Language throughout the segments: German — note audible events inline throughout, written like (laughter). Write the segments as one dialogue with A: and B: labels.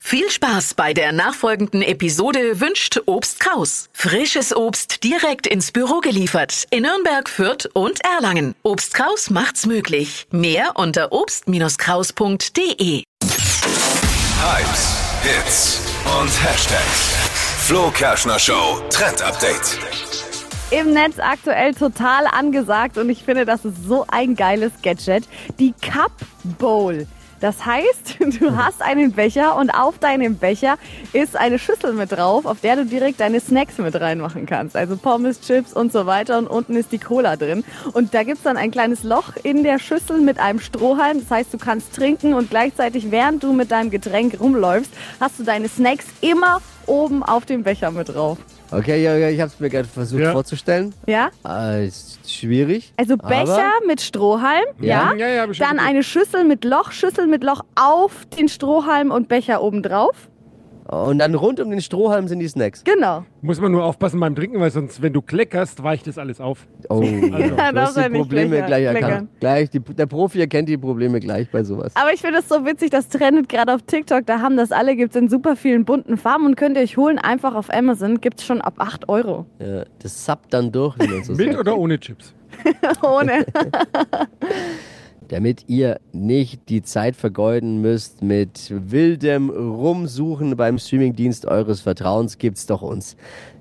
A: Viel Spaß bei der nachfolgenden Episode wünscht Obst Kraus. Frisches Obst direkt ins Büro geliefert in Nürnberg, Fürth und Erlangen. Obst Kraus macht's möglich. Mehr unter obst-kraus.de.
B: Hypes, Hits und Hashtags. Flo Kerschner Show Trend Update.
C: Im Netz aktuell total angesagt und ich finde, das ist so ein geiles Gadget. Die Cup Bowl. Das heißt, (laughs) du hast einen Becher und auf deinem Becher ist eine Schüssel mit drauf, auf der du direkt deine Snacks mit reinmachen kannst. Also Pommes, Chips und so weiter und unten ist die Cola drin. Und da gibt's dann ein kleines Loch in der Schüssel mit einem Strohhalm. Das heißt, du kannst trinken und gleichzeitig, während du mit deinem Getränk rumläufst, hast du deine Snacks immer oben auf dem Becher mit drauf.
D: Okay, ja, ja, ich habe es mir gerade versucht
E: Ja.
D: vorzustellen.
C: Ja?
D: Äh, ist schwierig.
C: Also
D: aber-
C: Becher mit Strohhalm, ja.
E: Ja, ja, ja, hab ich schon
C: Dann
E: gesehen.
C: eine Schüssel mit Loch, Schüssel mit Loch auf den Strohhalm und Becher obendrauf.
D: Und dann rund um den Strohhalm sind die Snacks.
C: Genau.
E: Muss man nur aufpassen beim Trinken, weil sonst, wenn du kleckerst, weicht das alles auf.
D: (laughs) Oh,
C: darf
D: du hast die
C: er nicht
D: Probleme
C: kleckern.
D: gleich
C: Kleckern.
D: erkannt. Gleich, die, der Profi erkennt die Probleme gleich bei sowas.
C: Aber ich finde das so witzig, das trendet gerade auf TikTok. Da haben das alle, gibt es in super vielen bunten Farben und könnt ihr euch holen, einfach auf Amazon. Gibt es schon ab 8 Euro. (laughs)
D: Ja, das sappt dann durch, wie man so
E: (laughs) Mit
D: sagt.
E: oder ohne Chips?
C: Ohne.
E: (laughs)
D: Damit ihr nicht die Zeit vergeuden müsst mit wildem Rumsuchen beim Streamingdienst eures Vertrauens, gibt's doch uns.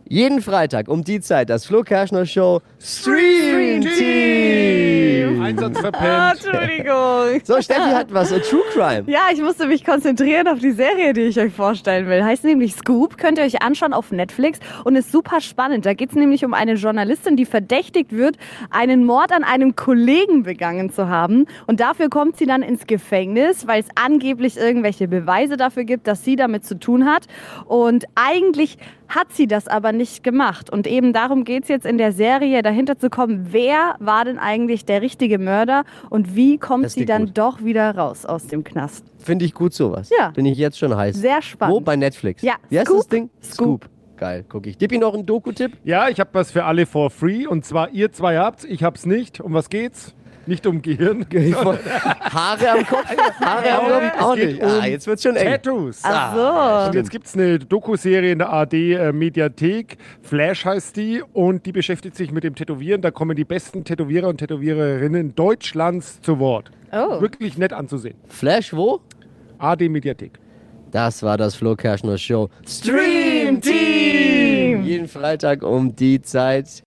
D: Jeden Freitag um die Zeit das Flo Kerschner Show Stream Team.
E: Einsatz
C: Ah, (laughs)
E: verpennt.
C: Entschuldigung.
D: So, Steffi hat was. äh, True Crime.
C: Ja, ich musste mich konzentrieren auf die Serie, die ich euch vorstellen will. Heißt nämlich Scoop, könnt ihr euch anschauen auf Netflix und ist super spannend. Da geht's nämlich um eine Journalistin, die verdächtigt wird, einen Mord an einem Kollegen begangen zu haben. Und dafür kommt sie dann ins Gefängnis, weil es angeblich irgendwelche Beweise dafür gibt, dass sie damit zu tun hat. Und eigentlich hat sie das aber nicht gemacht. Und eben darum geht's jetzt in der Serie, dahinter zu kommen, wer war denn eigentlich der richtige Mörder und wie kommt
D: Das
C: sie
D: klingt
C: dann
D: gut.
C: doch wieder raus aus dem Knast.
D: Finde ich gut sowas.
C: Ja.
D: Bin ich jetzt schon heiß.
C: Sehr spannend.
D: Wo? Bei Netflix?
C: Ja,
D: Wie heißt
C: Scoop.
D: das Ding?
C: Scoop.
D: Geil, gucke ich. Gib ihm noch einen Doku-Tipp.
E: Ja, ich habe was für alle for free. Und zwar ihr zwei habt's, ich hab's nicht. Um was geht's? Nicht um Gehirn.
C: (laughs)
D: Haare am Kopf. Haare am Kopf.
E: Es
D: Auch
E: geht
D: nicht.
E: um
D: ah, jetzt wird's schon eng.
E: Tattoos.
D: Ah,
C: Ach so.
E: Und jetzt gibt's eine Doku-Serie in der AD-Mediathek. Flash heißt die. Und die beschäftigt sich mit dem Tätowieren. Da kommen die besten Tätowierer und Tätowiererinnen Deutschlands zu Wort.
C: Oh.
E: Wirklich nett anzusehen.
D: Flash, wo?
E: AD-Mediathek.
D: Das war das Flo Kerschner Show. Stream Team! Jeden Freitag um die Zeit.